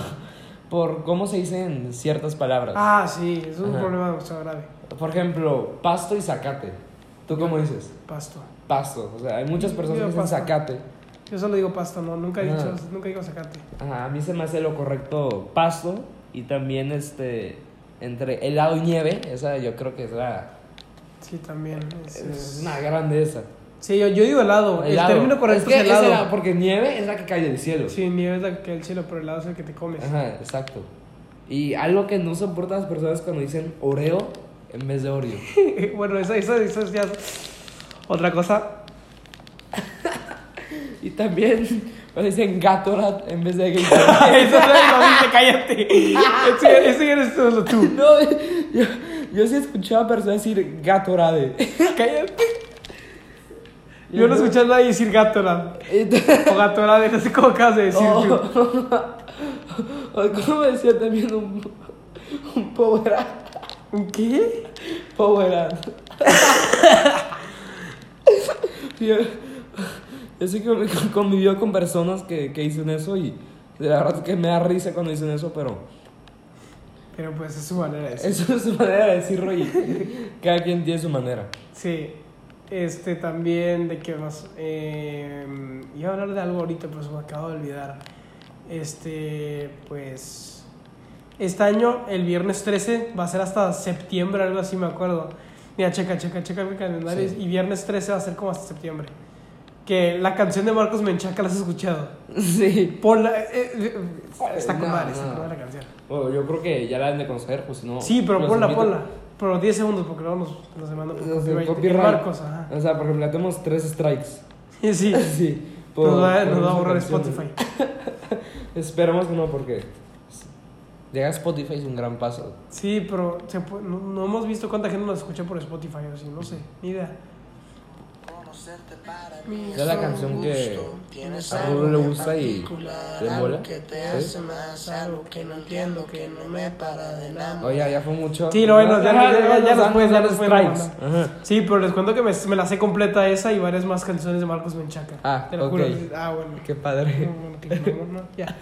[SPEAKER 1] por cómo se dicen ciertas palabras.
[SPEAKER 2] ah. Ah, sí. Es un
[SPEAKER 1] Ajá.
[SPEAKER 2] problema demasiado grave.
[SPEAKER 1] Por ejemplo, pasto y zacate. ¿Tú cómo dices?
[SPEAKER 2] Pasto.
[SPEAKER 1] Pasto. O sea, hay muchas personas
[SPEAKER 2] Yo
[SPEAKER 1] que dicen
[SPEAKER 2] pasto.
[SPEAKER 1] zacate.
[SPEAKER 2] Yo solo digo pasto, no. Nunca he dicho...
[SPEAKER 1] Ah.
[SPEAKER 2] Nunca digo sacate.
[SPEAKER 1] Ajá, a mí se me hace lo correcto pasto y también este entre helado y nieve, esa yo creo que es la
[SPEAKER 2] Sí, también. es-
[SPEAKER 1] es
[SPEAKER 2] es-
[SPEAKER 1] una grandeza.
[SPEAKER 2] Sí, yo, yo digo helado.
[SPEAKER 1] Helado.
[SPEAKER 2] El término correcto
[SPEAKER 1] es,
[SPEAKER 2] es,
[SPEAKER 1] que
[SPEAKER 2] helado.
[SPEAKER 1] porque nieve es la que cae del cielo.
[SPEAKER 2] Sí, nieve es la que el chilo, pero helado es el que te comes.
[SPEAKER 1] Ajá, exacto. Y algo que no soportan las personas cuando dicen Oreo en vez de Oreo.
[SPEAKER 2] bueno, eso, eso, eso es ya otra cosa.
[SPEAKER 1] Y también cuando dicen Gatorade en vez de Gatorade.
[SPEAKER 2] eso no es lo mismo, cállate. Eso, ya- eso ya eres solo tú.
[SPEAKER 1] No, yo, yo sí escuchaba personas decir Gatorade.
[SPEAKER 2] Cállate. Yo no escuché a nadie decir gatora.
[SPEAKER 1] Entonces-
[SPEAKER 2] O gatora, no sé cómo acabas de decir.
[SPEAKER 1] Oh.
[SPEAKER 2] tú.
[SPEAKER 1] O como decía también un, un power up,
[SPEAKER 2] ¿Un ¿Qué?
[SPEAKER 1] power up. yo, yo sé que me- convivió con personas que, que dicen eso y de la verdad que me da risa cuando dicen eso, pero
[SPEAKER 2] Pero pues es su manera de decir.
[SPEAKER 1] eso es su manera de decirlo y cada quien tiene su manera.
[SPEAKER 2] Sí. Este también, ¿de qué más? Eh, iba a hablar de algo ahorita, pero se me acabo de olvidar. Este, pues. Este año, el viernes 13, va a ser hasta septiembre, algo así, me acuerdo. Mira, checa, checa, checa mi calendario.
[SPEAKER 1] Sí.
[SPEAKER 2] Y viernes 13 va a ser como hasta septiembre. Que la canción de Marcos Menchaca la has escuchado.
[SPEAKER 1] Sí.
[SPEAKER 2] Ponla. eh, eh, está con
[SPEAKER 1] No,
[SPEAKER 2] madre, está
[SPEAKER 1] no.
[SPEAKER 2] con madre la canción.
[SPEAKER 1] Bueno, yo creo que ya la han de conocer, pues si no.
[SPEAKER 2] Sí, pero
[SPEAKER 1] los
[SPEAKER 2] ponla,
[SPEAKER 1] invito-
[SPEAKER 2] ponla. Pero 10 segundos, porque luego nos, nos demandan por
[SPEAKER 1] los de
[SPEAKER 2] copyright.
[SPEAKER 1] copyright.
[SPEAKER 2] El Marcos, ajá.
[SPEAKER 1] O sea, por ejemplo, tenemos tres strikes.
[SPEAKER 2] Sí.
[SPEAKER 1] Sí. por-
[SPEAKER 2] Nos va,
[SPEAKER 1] por
[SPEAKER 2] nos va a
[SPEAKER 1] esa
[SPEAKER 2] borrar
[SPEAKER 1] canción.
[SPEAKER 2] Spotify.
[SPEAKER 1] Esperamos que no, porque llegar a Spotify es un gran paso.
[SPEAKER 2] Sí, pero se pu- no, no hemos visto cuánta gente nos escucha por Spotify, o así, no sé, ni idea.
[SPEAKER 3] conocerte para mí
[SPEAKER 1] Es la canción que
[SPEAKER 3] Tienes
[SPEAKER 1] a
[SPEAKER 3] algo
[SPEAKER 1] Rulo le
[SPEAKER 3] en
[SPEAKER 1] gusta y
[SPEAKER 3] particular,
[SPEAKER 1] le
[SPEAKER 3] algo
[SPEAKER 1] mola.
[SPEAKER 3] que te
[SPEAKER 1] ¿Sí?
[SPEAKER 3] hace más, algo que no entiendo, que no me para de enamorar.
[SPEAKER 1] Oye, ya fue mucho.
[SPEAKER 2] Sí, lo bueno,
[SPEAKER 1] Ajá,
[SPEAKER 2] ya, ya, ya, ya
[SPEAKER 1] nos
[SPEAKER 2] nos fue,
[SPEAKER 1] dan-
[SPEAKER 2] ya
[SPEAKER 1] nos
[SPEAKER 2] nos fue,
[SPEAKER 1] strikes.
[SPEAKER 2] no,
[SPEAKER 1] Ajá.
[SPEAKER 2] Sí, pero les cuento que me, me la sé completa esa y varias más canciones de Marcos Menchaca.
[SPEAKER 1] Ah,
[SPEAKER 2] Te lo
[SPEAKER 1] ok.
[SPEAKER 2] juro. Ah, bueno.
[SPEAKER 1] Qué padre.
[SPEAKER 2] No, bueno, qué mamón, ¿no? Ya.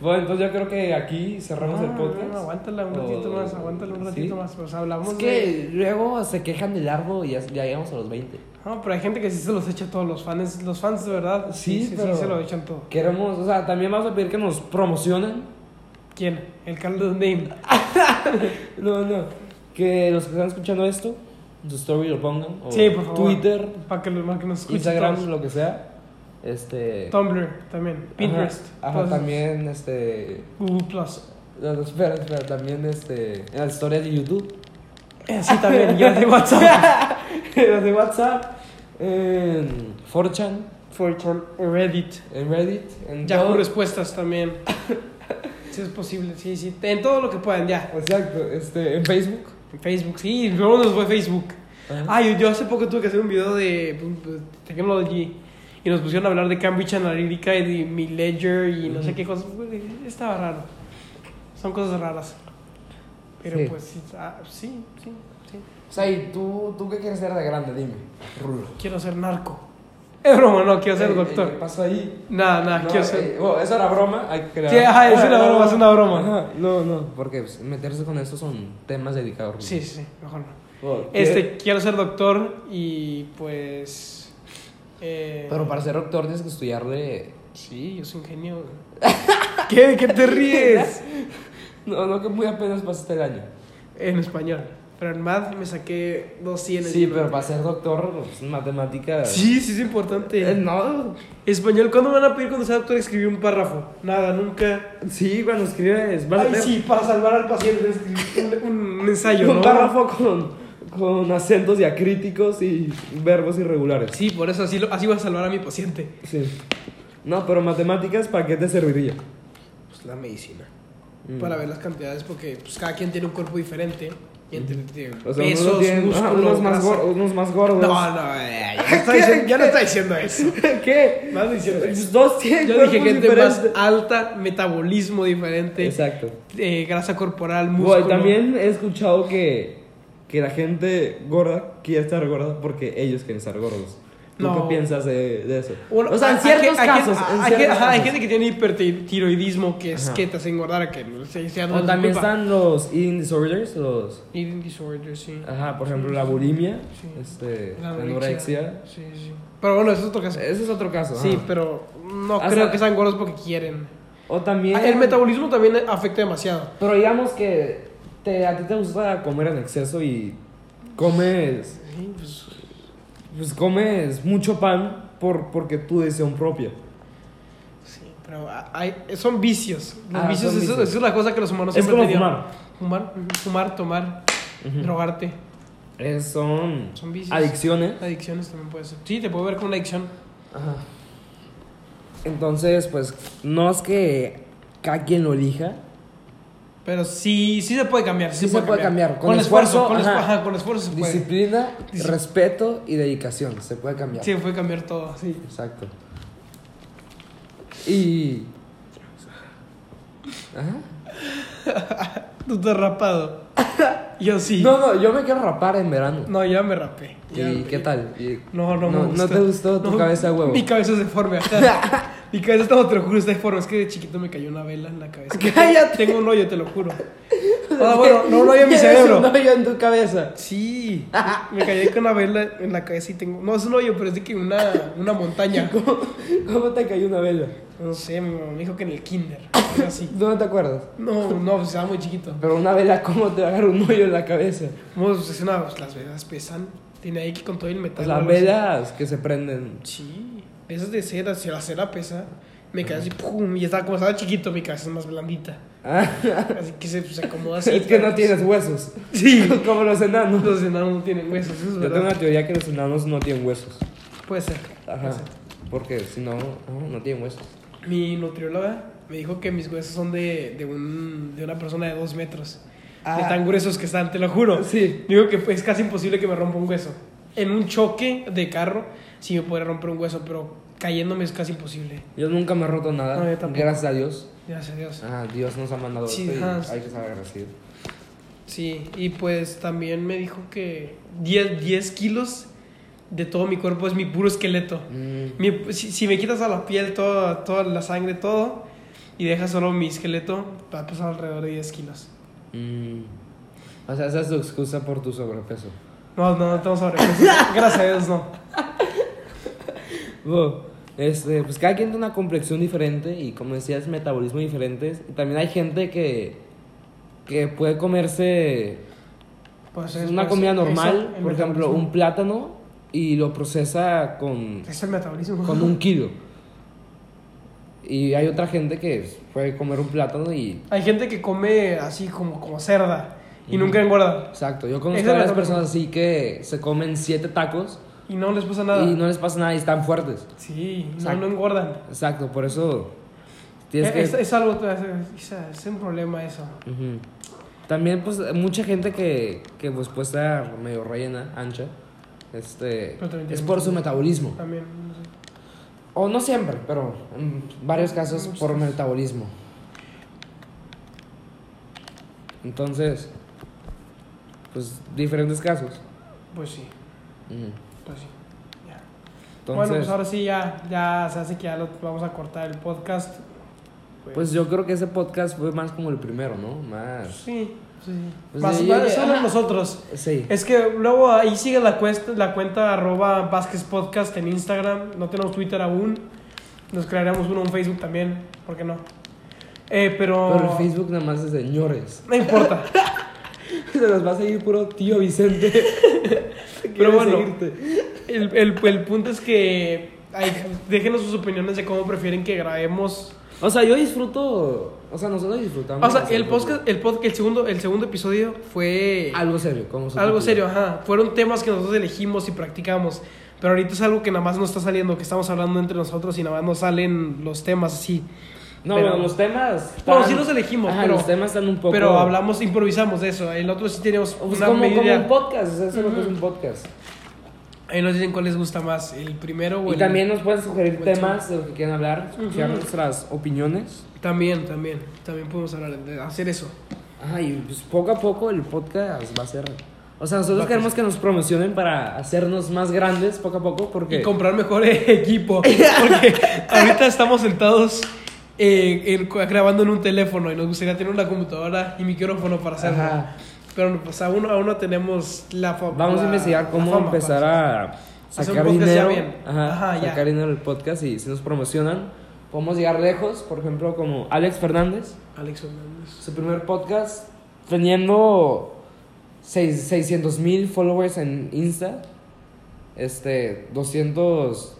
[SPEAKER 1] Bueno, entonces yo creo que aquí cerramos el
[SPEAKER 2] Ah,
[SPEAKER 1] podcast.
[SPEAKER 2] no, aguántala un ratito
[SPEAKER 1] O-
[SPEAKER 2] más, aguántala un ratito
[SPEAKER 1] ¿Sí?
[SPEAKER 2] más. Pues hablamos
[SPEAKER 1] Es
[SPEAKER 2] de-
[SPEAKER 1] que luego se quejan de largo y ya, ya llegamos a los 20.
[SPEAKER 2] No, pero hay gente que sí se los echa a todos los fans. Los fans de verdad, sí,
[SPEAKER 1] Sí,
[SPEAKER 2] sí, sí,
[SPEAKER 1] pero-
[SPEAKER 2] se lo echan todo.
[SPEAKER 1] Queremos, o sea, también vamos a pedir que nos promocionen.
[SPEAKER 2] ¿Quién? El caldo de Name.
[SPEAKER 1] No, no. Que los que están escuchando esto, en su story lo pongan. O
[SPEAKER 2] Sí, por favor.
[SPEAKER 1] Twitter,
[SPEAKER 2] Para que, lo- pa' que nos escuchen.
[SPEAKER 1] Instagram,
[SPEAKER 2] todos.
[SPEAKER 1] lo que sea. Este.
[SPEAKER 2] Tumblr también.
[SPEAKER 1] Ajá,
[SPEAKER 2] Pinterest.
[SPEAKER 1] Ajá,
[SPEAKER 2] todos esos.
[SPEAKER 1] también, este.
[SPEAKER 2] Google Plus.
[SPEAKER 1] No, no, espera, espera, también este. En las historias de YouTube.
[SPEAKER 2] Eh, Sí, también. Yo de WhatsApp.
[SPEAKER 1] en las de WhatsApp. En 4chan.
[SPEAKER 2] 4chan, Reddit.
[SPEAKER 1] En Reddit. En
[SPEAKER 2] Yahoo
[SPEAKER 1] todo.
[SPEAKER 2] Respuestas también. si es posible, sí, sí. En todo lo que puedan, ya.
[SPEAKER 1] Exacto, este. En Facebook.
[SPEAKER 2] En Facebook, sí. Luego nos fue Facebook.
[SPEAKER 1] Ajá.
[SPEAKER 2] Ah, yo, yo hace poco tuve que hacer un video de Technology y nos pusieron a hablar de Cambridge Analytica y de mi Ledger y no sé qué cosas. Güey, Estaba raro. Son cosas raras. Pero
[SPEAKER 1] Sí.
[SPEAKER 2] pues sí, ah, sí, sí, sí.
[SPEAKER 1] O sea, ¿y tú, tú qué quieres ser de grande? Dime. Rulo.
[SPEAKER 2] Quiero ser narco. Es broma, no, quiero ser
[SPEAKER 1] Ey,
[SPEAKER 2] doctor.
[SPEAKER 1] ey, Eh, ¿Qué pasó ahí?
[SPEAKER 2] nada, nada,
[SPEAKER 1] No,
[SPEAKER 2] quiero ser.
[SPEAKER 1] ey, bueno, eso era broma. Hay que
[SPEAKER 2] Sí, ajá, es una
[SPEAKER 1] Ah,
[SPEAKER 2] broma,
[SPEAKER 1] no,
[SPEAKER 2] es una broma.
[SPEAKER 1] ajá, No, no, porque pues, meterse con esto son temas dedicados.
[SPEAKER 2] Sí, sí, sí, mejor no.
[SPEAKER 1] Bueno, ¿qué-
[SPEAKER 2] Este, quiero ser doctor y pues. eh,
[SPEAKER 1] Pero para ser doctor tienes que estudiarle.
[SPEAKER 2] Sí, yo soy ingenio. ¿Qué? ¿De qué te ríes?
[SPEAKER 1] No, no, que muy apenas pasaste el año.
[SPEAKER 2] en español. Pero en math me saqué 200.
[SPEAKER 1] Sí, pero para ser doctor, pues, matemáticas.
[SPEAKER 2] Sí, sí es
[SPEAKER 1] Eh,
[SPEAKER 2] importante.
[SPEAKER 1] no.
[SPEAKER 2] Español, ¿cuándo me van a pedir cuando sea doctor escribir un párrafo? Nada, nunca.
[SPEAKER 1] Sí, cuando escribes. vas a
[SPEAKER 2] Ay,
[SPEAKER 1] tener
[SPEAKER 2] sí, para salvar al paciente escribí un, un ensayo,
[SPEAKER 1] un
[SPEAKER 2] ¿no?
[SPEAKER 1] párrafo con, con acentos diacríticos y verbos irregulares.
[SPEAKER 2] Sí, por eso así, lo- así voy a salvar a mi paciente.
[SPEAKER 1] Sí. No, pero matemáticas, ¿para qué te serviría?
[SPEAKER 2] Pues la medicina.
[SPEAKER 1] Mm.
[SPEAKER 2] Para ver las cantidades, porque pues, cada quien tiene un cuerpo diferente. Y entre de
[SPEAKER 1] O sea,
[SPEAKER 2] pesos,
[SPEAKER 1] unos, tienen- ajá,
[SPEAKER 2] músculos,
[SPEAKER 1] unos, más
[SPEAKER 2] grasa.
[SPEAKER 1] gor- unos más gordos.
[SPEAKER 2] No, no, eh, ya, no está diciendo, ya no está diciendo eso.
[SPEAKER 1] ¿Qué?
[SPEAKER 2] No está diciendo eso.
[SPEAKER 1] Dos tienen
[SPEAKER 2] Yo dije
[SPEAKER 1] cuerpos
[SPEAKER 2] gente más
[SPEAKER 1] diferentes.
[SPEAKER 2] alta, metabolismo diferente,
[SPEAKER 1] Exacto.
[SPEAKER 2] eh, grasa corporal,
[SPEAKER 1] Güey,
[SPEAKER 2] músculo.
[SPEAKER 1] también he escuchado que, que la gente gorda quiere estar gorda porque ellos quieren estar gordos. ¿Tú
[SPEAKER 2] No.
[SPEAKER 1] qué piensas de, de eso?
[SPEAKER 2] Bueno,
[SPEAKER 1] o sea, en
[SPEAKER 2] hay-
[SPEAKER 1] ciertos
[SPEAKER 2] hay- hay-
[SPEAKER 1] casos. en
[SPEAKER 2] hay-
[SPEAKER 1] ciertos
[SPEAKER 2] ajá, hay
[SPEAKER 1] casos.
[SPEAKER 2] gente que tiene hipertiroidismo, que es
[SPEAKER 1] Ajá.
[SPEAKER 2] que te hace engordar a que no sé, sea
[SPEAKER 1] O también están los eating disorders, los...
[SPEAKER 2] Eating disorder, sí.
[SPEAKER 1] Ajá, por ejemplo, la bulimia,
[SPEAKER 2] Sí.
[SPEAKER 1] este,
[SPEAKER 2] La
[SPEAKER 1] Ah, la anorexia.
[SPEAKER 2] Sí, sí. Pero bueno, eso es otro caso.
[SPEAKER 1] Ese es otro caso. ajá.
[SPEAKER 2] Sí, pero no
[SPEAKER 1] Hasta-
[SPEAKER 2] creo que sean gordos porque quieren.
[SPEAKER 1] O también...
[SPEAKER 2] El metabolismo también afecta demasiado.
[SPEAKER 1] Pero digamos que te, a ti te gusta comer en exceso y comes,
[SPEAKER 2] Sí, pues,
[SPEAKER 1] pues comes mucho pan por, porque tu deseo propia.
[SPEAKER 2] sí, pero hay- son vicios. Los
[SPEAKER 1] Ah,
[SPEAKER 2] vicios,
[SPEAKER 1] son
[SPEAKER 2] eso,
[SPEAKER 1] vicios.
[SPEAKER 2] eso es la cosa que los humanos
[SPEAKER 1] Es
[SPEAKER 2] siempre
[SPEAKER 1] como
[SPEAKER 2] tenían.
[SPEAKER 1] fumar.
[SPEAKER 2] Fumar, ujú, fumar, tomar, drogarte.
[SPEAKER 1] Eh, son,
[SPEAKER 2] Son vicios.
[SPEAKER 1] adicciones.
[SPEAKER 2] Adicciones también puede ser. Sí, te puede ver como una adicción.
[SPEAKER 1] Ajá. Entonces, pues no es que cada quien lo elija.
[SPEAKER 2] Pero sí, sí se puede cambiar. Sí,
[SPEAKER 1] Sí se puede cambiar. Con
[SPEAKER 2] Con, esfuerzo,
[SPEAKER 1] esfuerzo,
[SPEAKER 2] con, esfu-
[SPEAKER 1] ajá.
[SPEAKER 2] ajá, con esfuerzo se puede.
[SPEAKER 1] Disciplina,
[SPEAKER 2] Disci-
[SPEAKER 1] respeto y dedicación. Se puede cambiar.
[SPEAKER 2] Sí, puede cambiar todo. Sí.
[SPEAKER 1] Exacto. Y... Ajá.
[SPEAKER 2] Tú te has rapado. Yo sí.
[SPEAKER 1] No, no, yo me quiero rapar en verano.
[SPEAKER 2] No, ya me rapé. Ya
[SPEAKER 1] ¿Y
[SPEAKER 2] me-
[SPEAKER 1] qué tal? Y-
[SPEAKER 2] No, no, me
[SPEAKER 1] no,
[SPEAKER 2] gustó.
[SPEAKER 1] te gustó tu
[SPEAKER 2] No,
[SPEAKER 1] cabeza de huevo.
[SPEAKER 2] Mi cabeza es deforme. ajá. mi cabeza está, te lo juro, está deforme. Es que de chiquito me cayó una vela en la cabeza.
[SPEAKER 1] ¡Cállate!
[SPEAKER 2] Tengo un hoyo, te lo juro. Ah, bueno, no un hoyo en mi
[SPEAKER 1] Tienes
[SPEAKER 2] cerebro.
[SPEAKER 1] un hoyo en tu cabeza.
[SPEAKER 2] Sí, me caí con una vela en la cabeza y tengo. No, es un hoyo, pero es de que una, una montaña.
[SPEAKER 1] ¿Cómo te cayó una vela?
[SPEAKER 2] No sé, mi mamá me dijo que en el kinder. Pero así.
[SPEAKER 1] ¿Tú no te acuerdas?
[SPEAKER 2] No, no, pues estaba muy chiquito.
[SPEAKER 1] Pero una vela, ¿cómo te va a agarrar un hoyo en la cabeza?
[SPEAKER 2] No, pues, es una, pues, las velas pesan. Tiene ahí que con todo el metal.
[SPEAKER 1] Pues
[SPEAKER 2] o
[SPEAKER 1] las
[SPEAKER 2] algo así.
[SPEAKER 1] velas que se prenden.
[SPEAKER 2] Sí, de esas de seda, si la seda pesa, me cae así, pum, y estaba como estaba chiquito, mi cabeza es más blandita. Así que se, se acomoda así.
[SPEAKER 1] Ah. es que no
[SPEAKER 2] pero-
[SPEAKER 1] tienes huesos.
[SPEAKER 2] Sí,
[SPEAKER 1] Como los enanos.
[SPEAKER 2] los enanos no tienen huesos, eso es
[SPEAKER 1] Yo tengo
[SPEAKER 2] verdad.
[SPEAKER 1] una teoría que los enanos no tienen huesos.
[SPEAKER 2] Puede ser. puede
[SPEAKER 1] Ajá.
[SPEAKER 2] ser.
[SPEAKER 1] Porque si no, no, no tienen huesos.
[SPEAKER 2] Mi nutrióloga me dijo que mis huesos son de, de, un, de una persona de dos metros. De
[SPEAKER 1] Ah.
[SPEAKER 2] tan gruesos que pues, están, te lo juro.
[SPEAKER 1] Sí.
[SPEAKER 2] Digo que es casi imposible que me rompa un hueso. en un choque de carro, sí me podría romper un hueso, pero cayéndome es casi imposible.
[SPEAKER 1] Yo nunca me he roto nada.
[SPEAKER 2] No, yo tampoco.
[SPEAKER 1] gracias a Dios.
[SPEAKER 2] Gracias a Dios.
[SPEAKER 1] Ah, Dios nos ha mandado
[SPEAKER 2] Sí,
[SPEAKER 1] esto y
[SPEAKER 2] ajá.
[SPEAKER 1] hay que estar agradecido.
[SPEAKER 2] Sí, y pues también me dijo que 10, 10 kilos de todo mi cuerpo es mi puro esqueleto.
[SPEAKER 1] Mm,
[SPEAKER 2] Mi- si, si me quitas a la piel, toda, toda la sangre, todo, y dejas solo mi esqueleto, va a pesar alrededor de 10 kilos.
[SPEAKER 1] mm. O sea, esa es tu excusa por tu sobrepeso.
[SPEAKER 2] No, no, no tengo sobrepeso. Gracias a Dios, no.
[SPEAKER 1] Wow. Este, pues cada quien tiene una complexión diferente y como decías, metabolismo diferentes. Y también hay gente que, que puede comerse
[SPEAKER 2] Pues
[SPEAKER 1] pues,
[SPEAKER 2] es-
[SPEAKER 1] una
[SPEAKER 2] pues,
[SPEAKER 1] comida
[SPEAKER 2] eso,
[SPEAKER 1] normal,
[SPEAKER 2] el
[SPEAKER 1] por ejemplo,
[SPEAKER 2] metabolismo.
[SPEAKER 1] un plátano y lo procesa con,
[SPEAKER 2] Es el metabolismo.
[SPEAKER 1] con un kilo. Y hay otra gente que puede comer un plátano y...
[SPEAKER 2] Hay gente que come así como, como cerda y nunca engorda.
[SPEAKER 1] Exacto, yo conozco
[SPEAKER 2] Esa
[SPEAKER 1] a
[SPEAKER 2] es
[SPEAKER 1] varias
[SPEAKER 2] la otra
[SPEAKER 1] personas así que se comen siete tacos
[SPEAKER 2] Y no les pasa nada.
[SPEAKER 1] y no les pasa nada y están fuertes.
[SPEAKER 2] Sí, no,
[SPEAKER 1] Exacto.
[SPEAKER 2] no engordan.
[SPEAKER 1] Exacto, por eso tienes
[SPEAKER 2] Es,
[SPEAKER 1] que...
[SPEAKER 2] es, algo, es, es un problema eso.
[SPEAKER 1] Ujú. También, pues, mucha gente que, que pues, puede estar medio rellena, ancha, este,
[SPEAKER 2] Pero también
[SPEAKER 1] es
[SPEAKER 2] tiene
[SPEAKER 1] por
[SPEAKER 2] mucho-
[SPEAKER 1] su metabolismo.
[SPEAKER 2] También, no sé.
[SPEAKER 1] O no siempre, pero en varios casos por metabolismo. Entonces, pues, diferentes casos.
[SPEAKER 2] Pues sí,
[SPEAKER 1] Ujú.
[SPEAKER 2] pues sí. ya. bueno,
[SPEAKER 1] Entonces,
[SPEAKER 2] pues ahora sí ya, ya se hace que ya lo vamos a cortar el podcast.
[SPEAKER 1] pues yo creo que ese podcast fue más como el primero, ¿no? Más...
[SPEAKER 2] Sí, sí.
[SPEAKER 1] Pues
[SPEAKER 2] Vas-
[SPEAKER 1] sí,
[SPEAKER 2] vas-
[SPEAKER 1] ya-
[SPEAKER 2] solo
[SPEAKER 1] ah.
[SPEAKER 2] nosotros.
[SPEAKER 1] Sí.
[SPEAKER 2] Es que luego ahí sigue la, cuesta, la cuenta arroba Vázquez Podcast en Instagram. No tenemos Twitter aún. Nos crearemos uno en Facebook también. ¿Por qué no? Eh, pero...
[SPEAKER 1] Pero el Facebook nada más es de señores.
[SPEAKER 2] No importa.
[SPEAKER 1] Se nos va a seguir puro tío Vicente. Quiere
[SPEAKER 2] bueno.
[SPEAKER 1] seguirte.
[SPEAKER 2] El, el- el punto es que ay, déjenos sus opiniones de cómo prefieren que grabemos.
[SPEAKER 1] O sea, yo disfruto. O sea, nosotros disfrutamos.
[SPEAKER 2] O sea, el
[SPEAKER 1] hacer
[SPEAKER 2] podcast, el, pod- el, segundo, el segundo episodio fue
[SPEAKER 1] Algo serio, como su
[SPEAKER 2] algo
[SPEAKER 1] título.
[SPEAKER 2] serio, ajá. Fueron temas que nosotros elegimos y practicamos. Pero ahorita es algo que nada más nos está saliendo, que estamos hablando entre nosotros y nada más nos salen los temas así.
[SPEAKER 1] No,
[SPEAKER 2] Pero-
[SPEAKER 1] pero los temas.
[SPEAKER 2] Bueno, sí los elegimos,
[SPEAKER 1] Ajá,
[SPEAKER 2] pero-
[SPEAKER 1] Los temas están un poco.
[SPEAKER 2] Pero hablamos, improvisamos de eso. El otro sí teníamos
[SPEAKER 1] Pues
[SPEAKER 2] una
[SPEAKER 1] como, como
[SPEAKER 2] medida.
[SPEAKER 1] un podcast. O sea, eso es lo que es un podcast.
[SPEAKER 2] Ahí nos dicen cuál les gusta más, el primero o
[SPEAKER 1] Y
[SPEAKER 2] el...
[SPEAKER 1] también nos pueden sugerir
[SPEAKER 2] Bueno, sí.
[SPEAKER 1] temas de los que quieran hablar, escuchar nuestras opiniones.
[SPEAKER 2] También, también. También podemos hablar de hacer eso.
[SPEAKER 1] Ajá, y pues poco a poco el podcast va a ser. O sea, nosotros
[SPEAKER 2] Va a
[SPEAKER 1] queremos que nos promocionen para hacernos más grandes poco a poco, porque.
[SPEAKER 2] Y comprar mejor eh, equipo. Porque ahorita estamos sentados eh, en- grabando en un teléfono y nos gustaría tener una computadora y micrófono para hacerlo.
[SPEAKER 1] Ajá.
[SPEAKER 2] Pero pues aún, aún no tenemos la fa-
[SPEAKER 1] Vamos
[SPEAKER 2] la-
[SPEAKER 1] a investigar
[SPEAKER 2] la
[SPEAKER 1] cómo
[SPEAKER 2] fama,
[SPEAKER 1] empezar
[SPEAKER 2] pues.
[SPEAKER 1] a
[SPEAKER 2] Hacer un
[SPEAKER 1] sacar
[SPEAKER 2] podcast
[SPEAKER 1] dinero.
[SPEAKER 2] ya bien.
[SPEAKER 1] Ajá,
[SPEAKER 2] Ajá, ya.
[SPEAKER 1] sacar dinero del podcast y si nos promocionan, podemos llegar lejos. Por ejemplo, como Alex Fernández,
[SPEAKER 2] Alex Fernández.
[SPEAKER 1] su primer podcast, teniendo 600 mil followers en Insta, este, 200,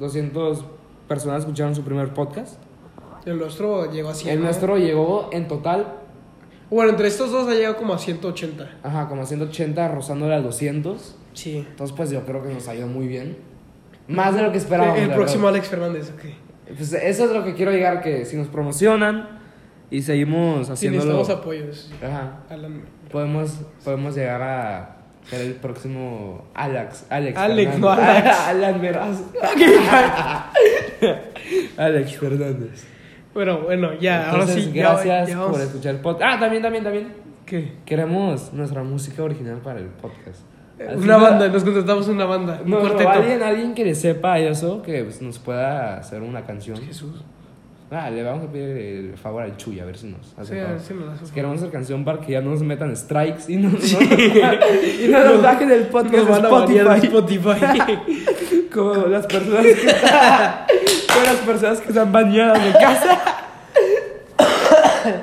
[SPEAKER 1] 200 personas escucharon su primer podcast.
[SPEAKER 2] El nuestro llegó a 100.
[SPEAKER 1] El
[SPEAKER 2] ¿no?
[SPEAKER 1] nuestro llegó en total,
[SPEAKER 2] Bueno, entre estos dos ha llegado como a 180.
[SPEAKER 1] ajá, como a 180, rozándole a 200.
[SPEAKER 2] Sí.
[SPEAKER 1] Entonces, pues yo creo que nos ha ido muy bien. Más de lo que esperábamos.
[SPEAKER 2] el
[SPEAKER 1] la
[SPEAKER 2] próximo
[SPEAKER 1] verdad.
[SPEAKER 2] Alex Fernández, ok.
[SPEAKER 1] Pues eso es lo que quiero llegar, que si nos promocionan y seguimos
[SPEAKER 2] Sí,
[SPEAKER 1] haciéndolo,
[SPEAKER 2] necesitamos apoyos. sí.
[SPEAKER 1] ajá,
[SPEAKER 2] Alan-
[SPEAKER 1] podemos, podemos llegar a ser el próximo Alex. Alex,
[SPEAKER 2] Alex,
[SPEAKER 1] Fernández.
[SPEAKER 2] no Alex.
[SPEAKER 1] Alan Meraz. Alex Fernández.
[SPEAKER 2] Bueno, bueno, ya, ahora
[SPEAKER 1] Entonces,
[SPEAKER 2] sí. ya-
[SPEAKER 1] gracias
[SPEAKER 2] ya vamos-
[SPEAKER 1] por escuchar el podcast. Ah, también, también, también.
[SPEAKER 2] ¿Qué?
[SPEAKER 1] Queremos nuestra música original para el podcast. Así
[SPEAKER 2] Eh, Una
[SPEAKER 1] que-
[SPEAKER 2] banda, nos contratamos una banda. un
[SPEAKER 1] No, no,
[SPEAKER 2] cuarteto.
[SPEAKER 1] alguien, alguien que le sepa eso, que pues, nos pueda hacer una canción.
[SPEAKER 2] Jesús.
[SPEAKER 1] Ah, le vamos a pedir el favor al Chuy, a ver si nos hace
[SPEAKER 2] Sí,
[SPEAKER 1] el favor.
[SPEAKER 2] sí me la
[SPEAKER 1] Pues
[SPEAKER 2] supo.
[SPEAKER 1] Queremos hacer canción para que ya no nos metan strikes y no, no- y no nos bajen el podcast
[SPEAKER 2] Nos van a banear de
[SPEAKER 1] de Spotify.
[SPEAKER 2] Spotify.
[SPEAKER 1] Como las personas que, como las personas que están bañadas de casa.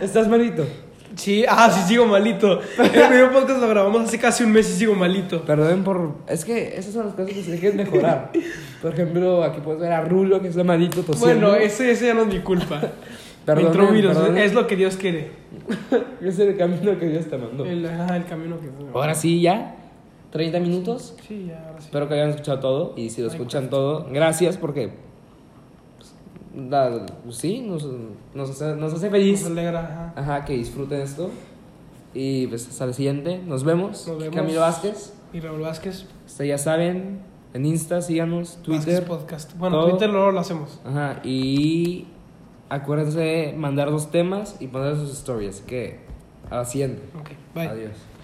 [SPEAKER 1] Estás malito.
[SPEAKER 2] sí, ah, sí, sigo malito. El primer podcast lo grabamos hace casi un mes y sigo malito.
[SPEAKER 1] Perdón por. Es que esas son las cosas que se dejen mejorar. Por ejemplo, aquí puedes ver a Rulo que está malito tosiendo.
[SPEAKER 2] Bueno, ese, ese ya no es mi culpa.
[SPEAKER 1] Perdonen,
[SPEAKER 2] Me entró virus,
[SPEAKER 1] perdonen.
[SPEAKER 2] es lo que Dios quiere.
[SPEAKER 1] Ese es el camino que Dios te mandó.
[SPEAKER 2] El, ajá, el camino que.
[SPEAKER 1] Ahora sí, ya. 30 minutos.
[SPEAKER 2] Sí, ya, ahora sí.
[SPEAKER 1] Espero que hayan escuchado todo. Y si lo escuchan todo, gracias porque. pues, la- sí, nos, nos, hace, nos hace
[SPEAKER 2] Nos
[SPEAKER 1] feliz.
[SPEAKER 2] alegra, ajá.
[SPEAKER 1] Ajá, que disfruten esto. Y pues hasta el siguiente. Nos vemos.
[SPEAKER 2] Nos vemos.
[SPEAKER 1] Camilo Vázquez.
[SPEAKER 2] Y Raúl Vázquez.
[SPEAKER 1] Hasta ya saben, en Insta, síganos,
[SPEAKER 2] Vázquez
[SPEAKER 1] Twitter.
[SPEAKER 2] Podcast. Bueno,
[SPEAKER 1] todo.
[SPEAKER 2] Twitter luego lo hacemos.
[SPEAKER 1] Ajá, y acuérdense de mandar los temas y mandar sus stories. Así que, haciendo.
[SPEAKER 2] Ok, bye.
[SPEAKER 1] Adiós.